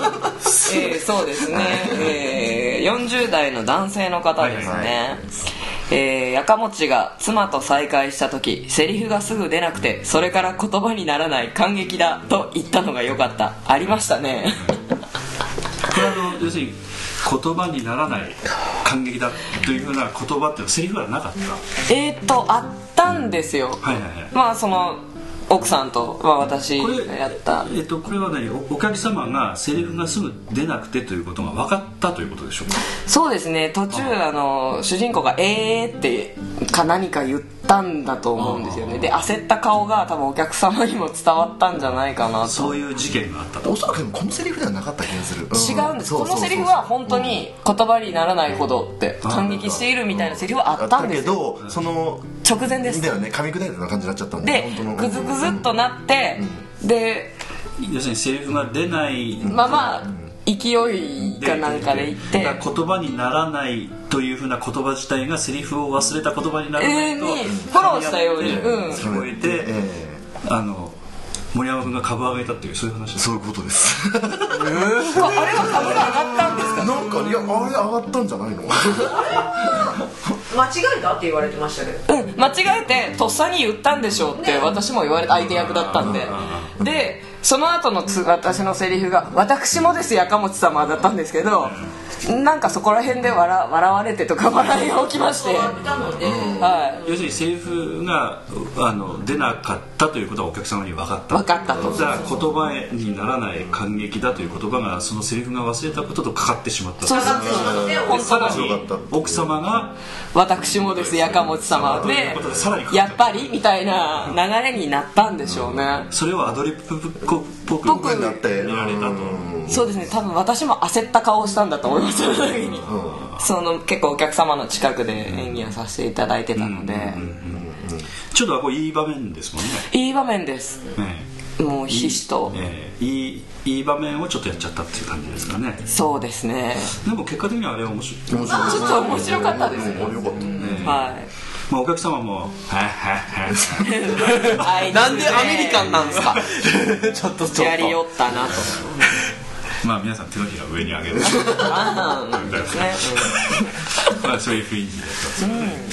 えーそうですね、えー40代の男性の方ですね、はいはいえーやかもちが妻と再会した時セリフがすぐ出なくてそれから言葉にならない感激だと言ったのが良かったありましたね <laughs> これあの要するに言葉にならない感激だというふうな言葉っていうのはセリフはなかったえーっとあったんですよ、はいはいはいまあその奥さんと、まあ、私これがやったえっと、これは何おお客様がセリフがすぐ出なくてということが分かったということでしょうかそうですね途中あの主人公が「えー」ってか何か言ったんだと思うんですよねで焦った顔が多分お客様にも伝わったんじゃないかなとそういう事件があったとおそらくでもこのセリフではなかった気がする違うんですこのセリフは本当に言葉にならないほどって感激しているみたいなセリフはあったんですけよどその直前ですだよね噛み砕いたような感じになっちゃったんででグズグズっとなってで要するにセリフが出ないまあまあ勢いかなんかで言ってだから言葉にならないというふうな言葉自体がセリフを忘れた言葉にならないと永遠にフォローしたようにう噛みん合って聞こえて、あの森山君が株を上げたっていうそういう話ですそういうことですああれは株が上がったんですかなんかいやあれ上がったんじゃないの間違いだって言われてましたけどうん、間違えてとっさに言ったんでしょうって私も言われ相手役だったんででその後のつ私のセリフが「私もですやかもち様」だったんですけどなんかそこら辺で笑笑われてとか笑いが起きまして終わったので、は要するにセリフがあの出なかったということはお客様に分かった分かったとじゃあ言葉にならない感激だという言葉がそのセリフが忘れたこととかかってしまったそうそう上がってしまってでさら面に白かっ奥様が私もですやかもち様ということでさらにでやっぱりみたいな流れになったんでしょうねそれをアドリブっぽく僕だって見られたとそうですね多分私も焦った顔をしたんだと思いますその時にその結構お客様の近くで演技をさせていただいてたので、ちょっとこれいい場面ですもんねいい場面ですねもうひしとええいいいい場面をちょっとやっちゃったっていう感じですかねそうですねでも結果的にはあれは面白い面白ちょっと面白かったです面白かったはまあお客様も「はいはいはいいはい <laughs> なんでアメリカンなんですか <laughs> ちょっとちょっとやりよったなと」まあ皆さん手のひらを上に上げるうんですね、まあそういう雰囲気だったんですよね、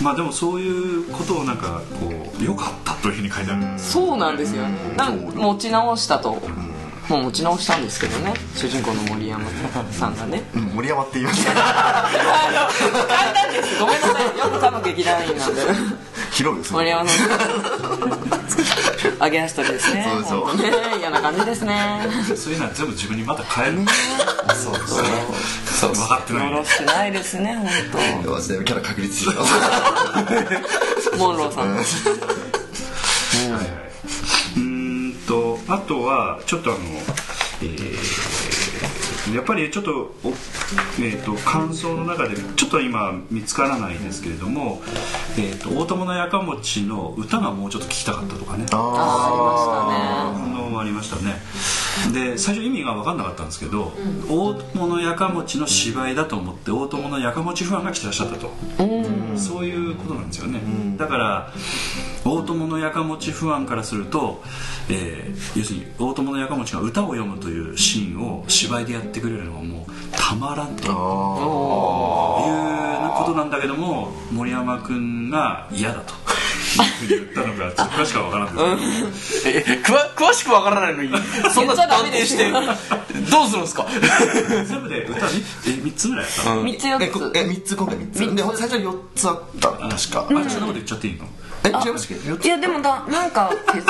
まあでもそういうことをなんかこう良かったというふうに書いてあるんでうんすそうなんですよねなんか持ち直したともう持ち直したんですけどね主人公の森山さんがねうん森山って言いました簡単ですごめんなさいよく多分劇団員なんで広いです森山さんアゲンストですねそうそう本当ね嫌な感じですねそういうのは全部自分にまた変えるそうそうそう分かってなよいろしくないですね本よしキャラ確立しよう当モンローさんはいはいうーんとあとはちょっとあの、えーやっぱりちょっとおえー、と感想の中でちょっと今見つからないですけれども「えー、と大友のやかもち」の歌がもうちょっと聞きたかったとかねあ反応もありましたねで最初意味が分かんなかったんですけど、大友のやかもちの芝居だと思って大友のやかもちファンが来てらっしゃったと、そういうことなんですよね、だから大友のやかもちファンからすると、えー要するに大友のやかもちが歌を読むというシーンを芝居でやってくれるのはもうたまらんということなんだけども森山君が嫌だと。言ったのがちょっと詳しくは分からんですけど、えくわ詳しくわからないのにそんな言っちゃダ断メ定でしすてよどうするんですか全部で歌にえ三つぐらいやったの、三つーえ四こつえ三つ今回三つでほんと最初に4つあった確かあそんなこと言っちゃっていいのえ違いましたっけ4ついやでもだなんか削っ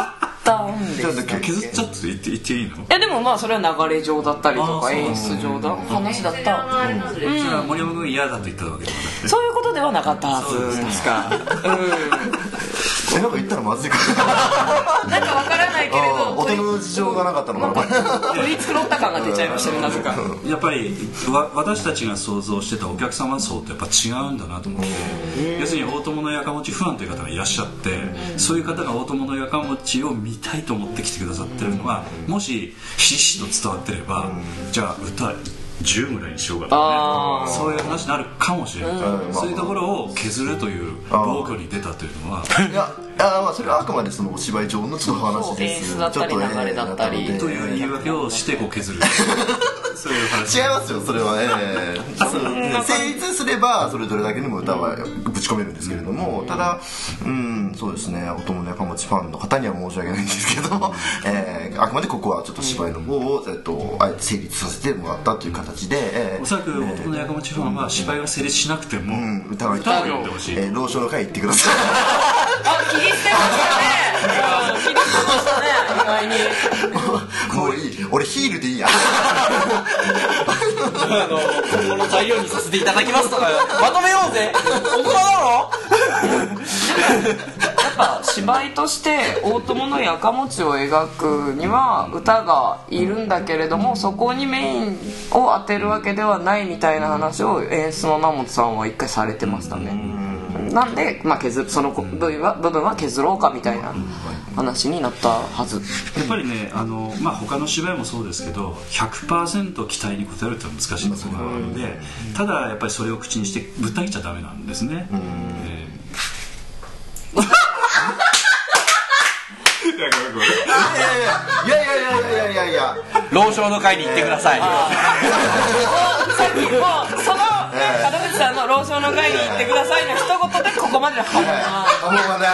たんでだっすたっけ削っちゃって言って言っていいの、えでもまあそれは流れ上だったりとあかーそう演出上だ話だっそれたのあれなんでじゃあ森山君嫌だと言ったわけだからそういうことではなかったはず確かえなんか言ったらまずいかなんかわからないけれらど大人の事情がなかったのかな取り繕った感が出ちゃいましたねなぜかやっぱりわ私たちが想像してたお客様層とやっぱ違うんだなと思って要するに大友のやかもちファンという方がいらっしゃってそういう方が大友のやかもちを見たいと思って来てくださってるのがもしひしひしと伝わってればじゃあ歌10ぐらいにしようかとかねそういう話になるかもしれないうんそういうところを削るという暴挙に出たというのはいやあーまあそれはあくまでそのお芝居上のちょっと話ですそう演出だったりちょっと流れだったりえーという言い訳をしてこう <laughs> 削るそういう話違いますよそれはええその成立すればそれどれだけでも歌はぶち込めるんですけれども、ただうんそうですねお友のやかもちファンの方には申し訳ないんですけど、えーあくまでここはちょっと芝居の方を、えっと、あえて成立させてもらったという形で、えーおそらく男のやかもちファンは芝居が成立しなくても、うん、歌を歌を読んでほしいえー、老少の会行ってください切り捨てましたねもういい俺ヒールでいいやあの今後の材料にさせていただきますとかまとめようぜ大人だろやっぱ芝居として大友のやかもちを描くには歌がいるんだけれどもそこにメインを当てるわけではないみたいな話を演出の南本さんは一回されてましたねなんで、まあ、削その部分は部分は削ろうかみたいな話になったはずやっぱりねあの、まあ、他の芝居もそうですけど100%期待に応えるってのは難しいところがあるので、ただやっぱりそれを口にしてぶった切っちゃダメなんですね、えーいやごめんごめんいやいやいやいやいやいやいや老少の会に行ってくださいさっきもうその門口さんの「老少の会に行ってください」の一言でここまでの話あもうね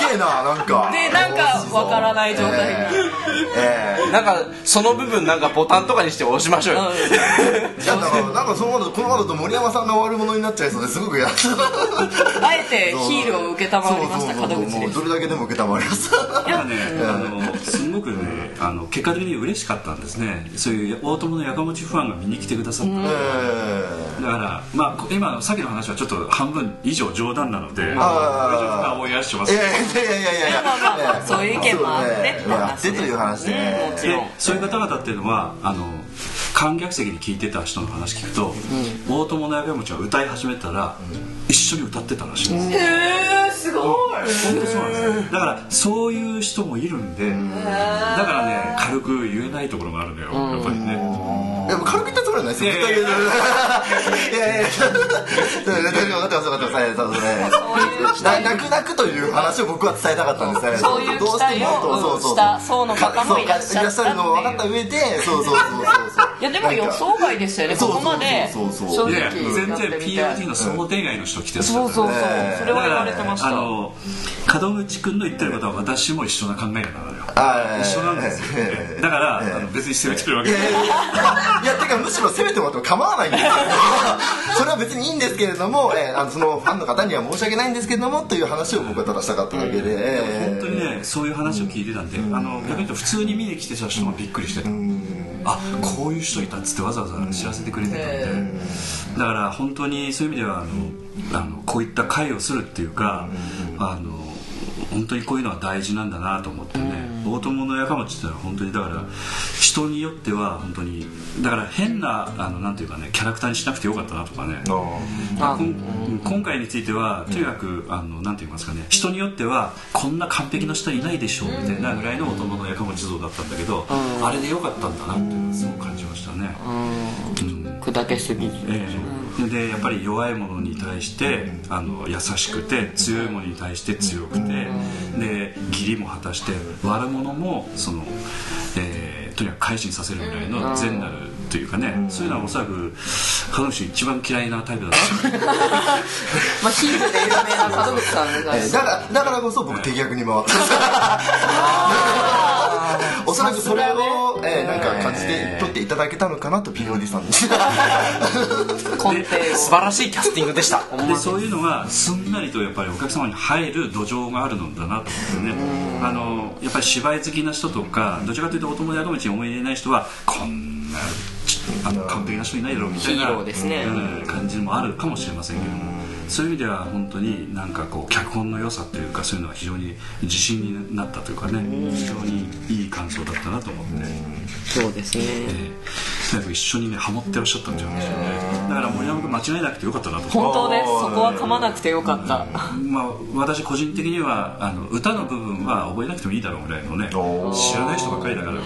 すげえななんかでなんかわからない状態にえーなんかその部分なんかボタンとかにして押しましょうよ、いやだからなんかそのままだとこのままだと森山さんが悪者になっちゃいそうですごく嫌だあえてヒールを受けたまわりましたそうそうそう門口もでうすどれだけでも受けたまりますなんかね、あのすごくねあの結果的に嬉しかったんですねそういう大友のやかもちファンが見に来てくださった、えだから、まあ、今さっきの話はちょっと半分以上冗談なので、まあ、思い出してまーいすやいやいやいやいやまあまあまあそういう意見もあってって話そうねあってという話でねでそういう方々っていうのはあの観客席に聞いてた人の話聞くと、大友のやかもちが歌い始めたら、一緒に歌ってたらしいんですよへえすごい本当そうなんですよだからそういう人もいるんで、だからね軽く言えないところがあるのよ、やっぱりね、でも軽く言ったつもりはないですよいいややいやいやいや分かってます分かってますそうですね泣く泣くという話を僕は伝えたかったんですねそういう期待をどしてもそうそうそうした層の方もいらっしゃったっていうそういらっしゃるのを分かった上でそうそうそうそうそういやでも予想外でしたよねそこうこまでそうそうそ正うそうい直やいや全やって然みて PRD の想定外の人来てるそうそうそうだそれはか言らわれてましたあの門口君の言ってることは私も一緒な考えなのよあー一緒なんですよええだからあの別に責めてるわけいじやゃいないやいやてかむしろ攻めてもらっても構わないんですよ <laughs> それは別にいいんですけれども、えーあのそのファンの方には申し訳ないんですけれどもという話を僕はただしたかっただけで、えー本当にねそういう話を聞いてたんで、あの逆に言うと普通に見に来てた人もびっくりしてた、あこういう人いたっつってわざわざ知らせてくれてたんで、だから本当にそういう意味ではあの、あのこういった会をするっていうか、あの本当にこういうのは大事なんだなと思ってね、大友のやかもちってのは本当にだから人によっては本当にだから変なあのなんていうかねキャラクターにしなくてよかったなとかねあこん今回についてはとにかくあのなんて言いますかね人によってはこんな完璧な人いないでしょうみたいなぐらいの大友のやかもち像だったんだけどあれでよかったんだなっていうのはすごく感じましたね。うん砕けすぎずええでやっぱり弱いものに対してあの優しくて強いものに対して強くてで義理も果たして悪者もその、えーとにかく改心させるぐらいの善なるというかねそういうのはおそらく彼女一番嫌いなタイプだったんですよまあヒールで有名な門口さんがえーだからだからこそ僕敵役に回ったおそらくそれを、えーなんか感じて取っていただけたのかなとピロリさんです根底を素晴らしいキャスティングでしたでそういうのがすんなりとやっぱりお客様に入る土壌があるのだなと思ってねあのやっぱり芝居好きな人とかどちらかというとお友達の道に思い入れない人はこんなちあの完璧な人いないだろうみたいなヒーローですねうん感じもあるかもしれませんけどもそういう意味では本当になんかこう脚本の良さというかそういうのは非常に自信になったというかね非常にいい感想だったなと思って。そうですねえーなんか一緒にねハモってらっしゃったんじゃないでしょうねだから森山君間違いなくてよかったなと本当ですそこは噛まなくてよかったまあ、私個人的にはあの歌の部分は覚えなくてもいいだろうぐらいのね知らない人ばっかりだから「あー」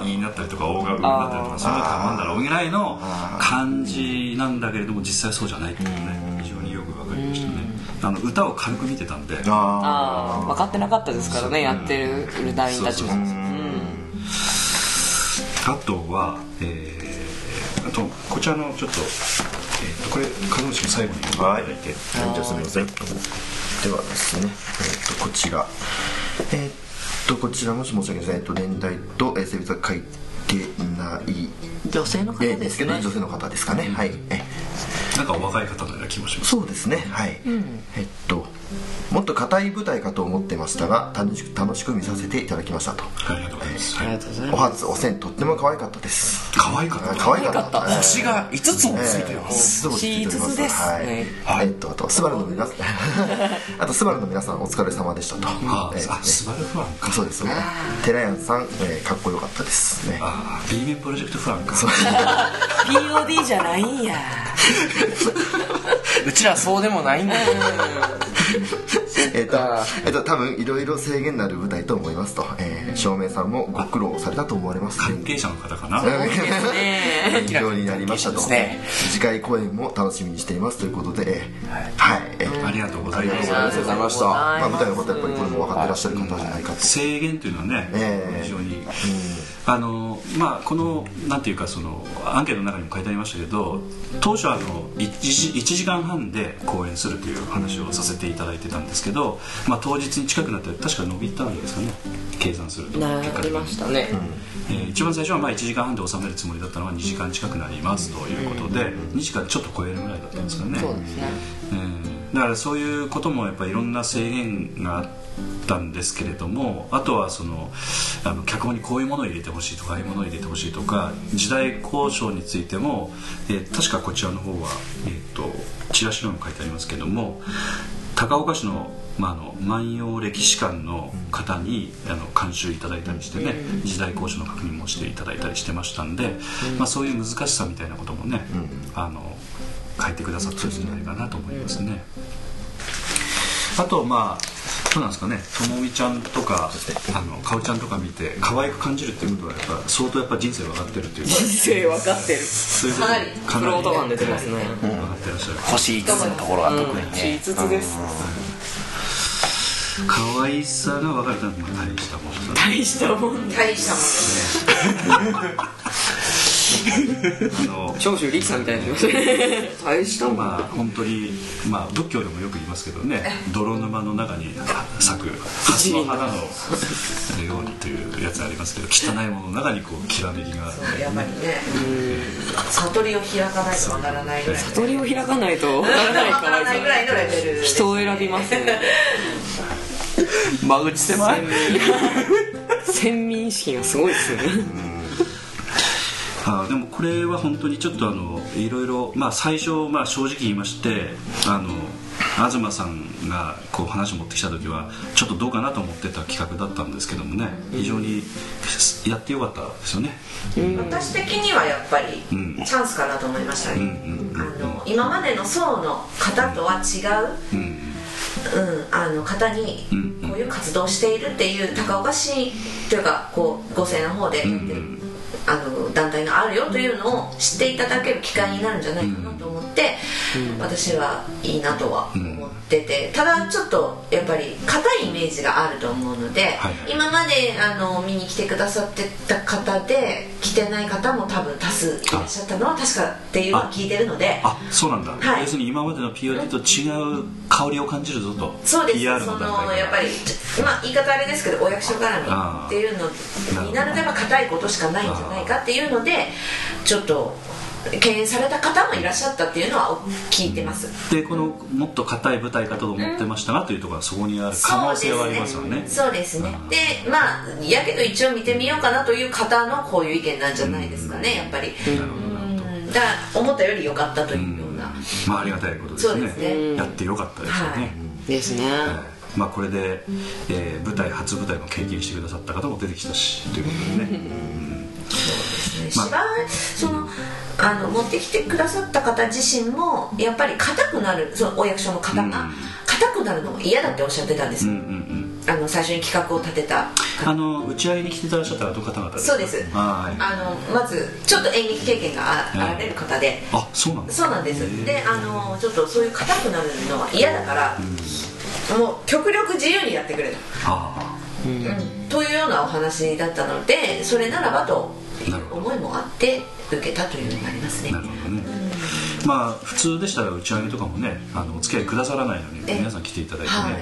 あーが「い」になったりとか「お」が「う」になったりとかそんなたまんだろうぐらいの感じなんだけれども実際そうじゃないっていうのね非常によくわかりましたねあの歌を軽く見てたんで <laughs> あああ分かってなかったですからねやってる団員たちもそうそうそうあとは、えーあとこちらのちょっと,、えーとこれ門口君最後にあはい、はい、じゃあすみませんではですねえっ、とこちらえっ、とこちらもし申し訳ないですえっと年代と、えー、性別は書いてない女性の方えーでですすけどね女性の方ですかね、はいえなんかお若い方のような気もしますそうですねはい、えっともっと硬い舞台かと思ってましたが楽しく楽しく見させていただきましたとありがとうございます、あはりがい、とうございおます初おせんとっても可愛かったです可愛かったあ可愛かった星が5つもついてます、どうもついておりまシすーズンですはいねはいえっとあとスバルの皆さんあとスバルの皆さんお疲れ様でしたとあ、えーあスバルファンかあそうですね寺谷さん、えーかっこよかったですねあ B 面プロジェクトフランか POD じゃないんやうちらそうでもないんだよえっ、と,、えっと多分いろいろ制限のある舞台と思いますと、えー、照明さんもご苦労されたと思われます関係者の方かな勉強になりましたと、ですね次回公演も楽しみにしていますということで、はい、えーありがとうございあまりすがとうございました、まあ、あり舞が台とのうございます方やっぱりこれも分かってらっしゃる方じゃないかと、制限というのはね、ええ非常に、あのまあこのなんていうかそのアンケートの中にも書いてありましたけど当初あの 1, 時間半で公演するという話をさせていただいてたんですけど、まあ、当日に近くなって確か伸びたんですかね計算するとなり的にましたねえー一番最初はまあ1時間半で収めるつもりだったのが2時間近くなりますということで、2時間ちょっと超えるぐらいだったんですかね、そうですねうんだからそういうこともやっぱりいろんな制限があったんですけれどもあとはそのあの脚本にこういうものを入れてほしいとかああいうものを入れてほしいとか時代交渉についても、えー確かこちらの方は、えー、とチラシの方にも書いてありますけども高岡市の,、まあ、あの万葉歴史館の方にあの監修いただいたりしてね時代交渉の確認もしていただいたりしてましたんで、まあ、そういう難しさみたいなこともね、あの書いてくださってるんじゃないかなと思いますね。あとまあどうなんですかねともみちゃんとかあのかおちゃんとか見て可愛く感じるっていうことはやっぱ相当やっぱ人生分かってるっていうか人生分かってるそういうことかなりかフロート感なり出てますね分かってらっしゃる星5つのところが特にね、 5つです可愛さが分かるとまあ大したものだな大したもん大したもんですあの長州力さんみたいに <laughs> なってます大したもんまあ本当にまあ仏教でもよく言いますけどね泥沼の中に咲く蓮の花のようにというやつありますけど汚いものの中にこうきらめきがあってよやっぱりね悟りを開かないとわからないぐらい悟りを開かないと分からないわかからないぐららいのレベルです人を選びますね間口狭い先民意識がすごいですよねあーでもこれは本当にちょっとあのいろいろ、まあ、最初、まあ、正直言いましてあの東さんがこう話を持ってきた時はちょっとどうかなと思ってた企画だったんですけどもね非常にやってよかったですよね私的にはやっぱりんチャンスかなと思いましたね、うんうんあの今までの層の方とは違う、うんうん、あの方にうんこういう活動をしているっていう高岡市というかこう五世の方でやってる、あの団体があるよというのを知っていただける機会になるんじゃないかなと思って、私はいいなとは思ってて、ただちょっとやっぱり硬いイメージがあると思うので、はいはい今まであの見に来てくださってた方で来てない方も多分多数いらっしゃったのは確かっていうのを聞いてるので。あそうなんだ、はい要するに今までの POD と違う香りを感じるぞとそうです、 PR そのの段階からやっぱり、ちょまあ、言い方あれですけど、お役所絡みっていうのになれれば、硬いことしかないんじゃないかっていうので、ちょっと敬遠された方もいらっしゃったっていうのは聞いてます。でこのもっと硬い舞台かと思ってましたが、というところはそこにある可能性はありますよねそうですね。で、まあ、やけど一応見てみようかなという方のこういう意見なんじゃないですかね、やっぱり。なるほどなうん、だから思ったより良かったというような。まあありがたいことですそうねですねやってよかったですよね、はいですねはいまあこれで、えー舞台初舞台も経験してくださった方も出てきたしということでねま芝あ居そのあの持ってきてくださった方自身もやっぱり硬くなるそのお役所の方がうん硬くなるのが嫌だっておっしゃってたんですうんよ、うんうんあの最初に企画を立てたあの打ち合いに来てらっしゃった方々ですかそうですはいああのまずちょっと演劇経験があうんあられる方でそうなんですそうなんですであのちょっとそういう硬くなるのは嫌だから、もう極力自由にやってくれと、あうんというようなお話だったのでそれならばとなるほど思いもあって受けたというのになりますねあなるほどねまあ普通でしたら打ち上げとかもねあのお付き合いくださらないのにえ皆さん来ていただいてね、はい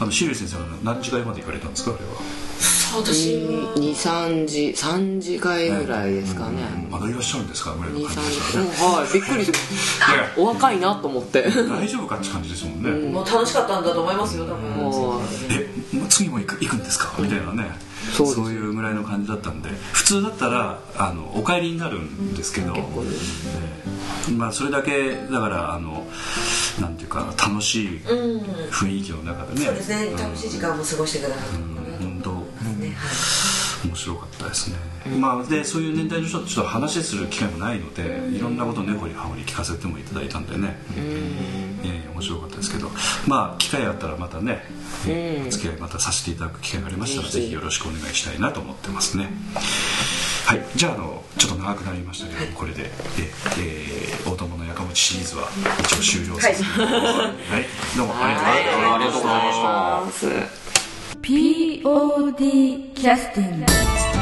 あのシリウス先生は何時間まで行かれたんですかあれはそう私は23時3時回ぐらいですかねまだいらっしゃるんですかぐらいの23感じです時ようんねはいびっくりしいてやいお若いなと思 <laughs> ってや大丈夫かって感じですもんね、もう楽しかったんだと思いますよ多も分うえもう次も行く行くんですかみたいなねそそううですいうぐらいの感じだったんで普通だったらあのお帰りになるんですけど、えーまあ、それだけだからあのなんていうか楽しいうん雰囲気の中でねそうですね楽しい時間も過ごしてくださったのかなと思い本当ますねはい面白かったですね、まあ、でそういう年代の人とちょっと話する機会もないので、いろんなことを根掘り葉掘り聞かせてもいただいたんでね、えー面白かったですけどまあ機会あったらまたね、えーお付き合いまたさせていただく機会がありましたら、ぜひよろしくお願いしたいなと思ってますねはいじゃああのちょっと長くなりましたけど、これででえー大友のやかもちシリーズは一応終了させていただきます、はい、どうもありがとうございましたありがとうございました POD キャスティング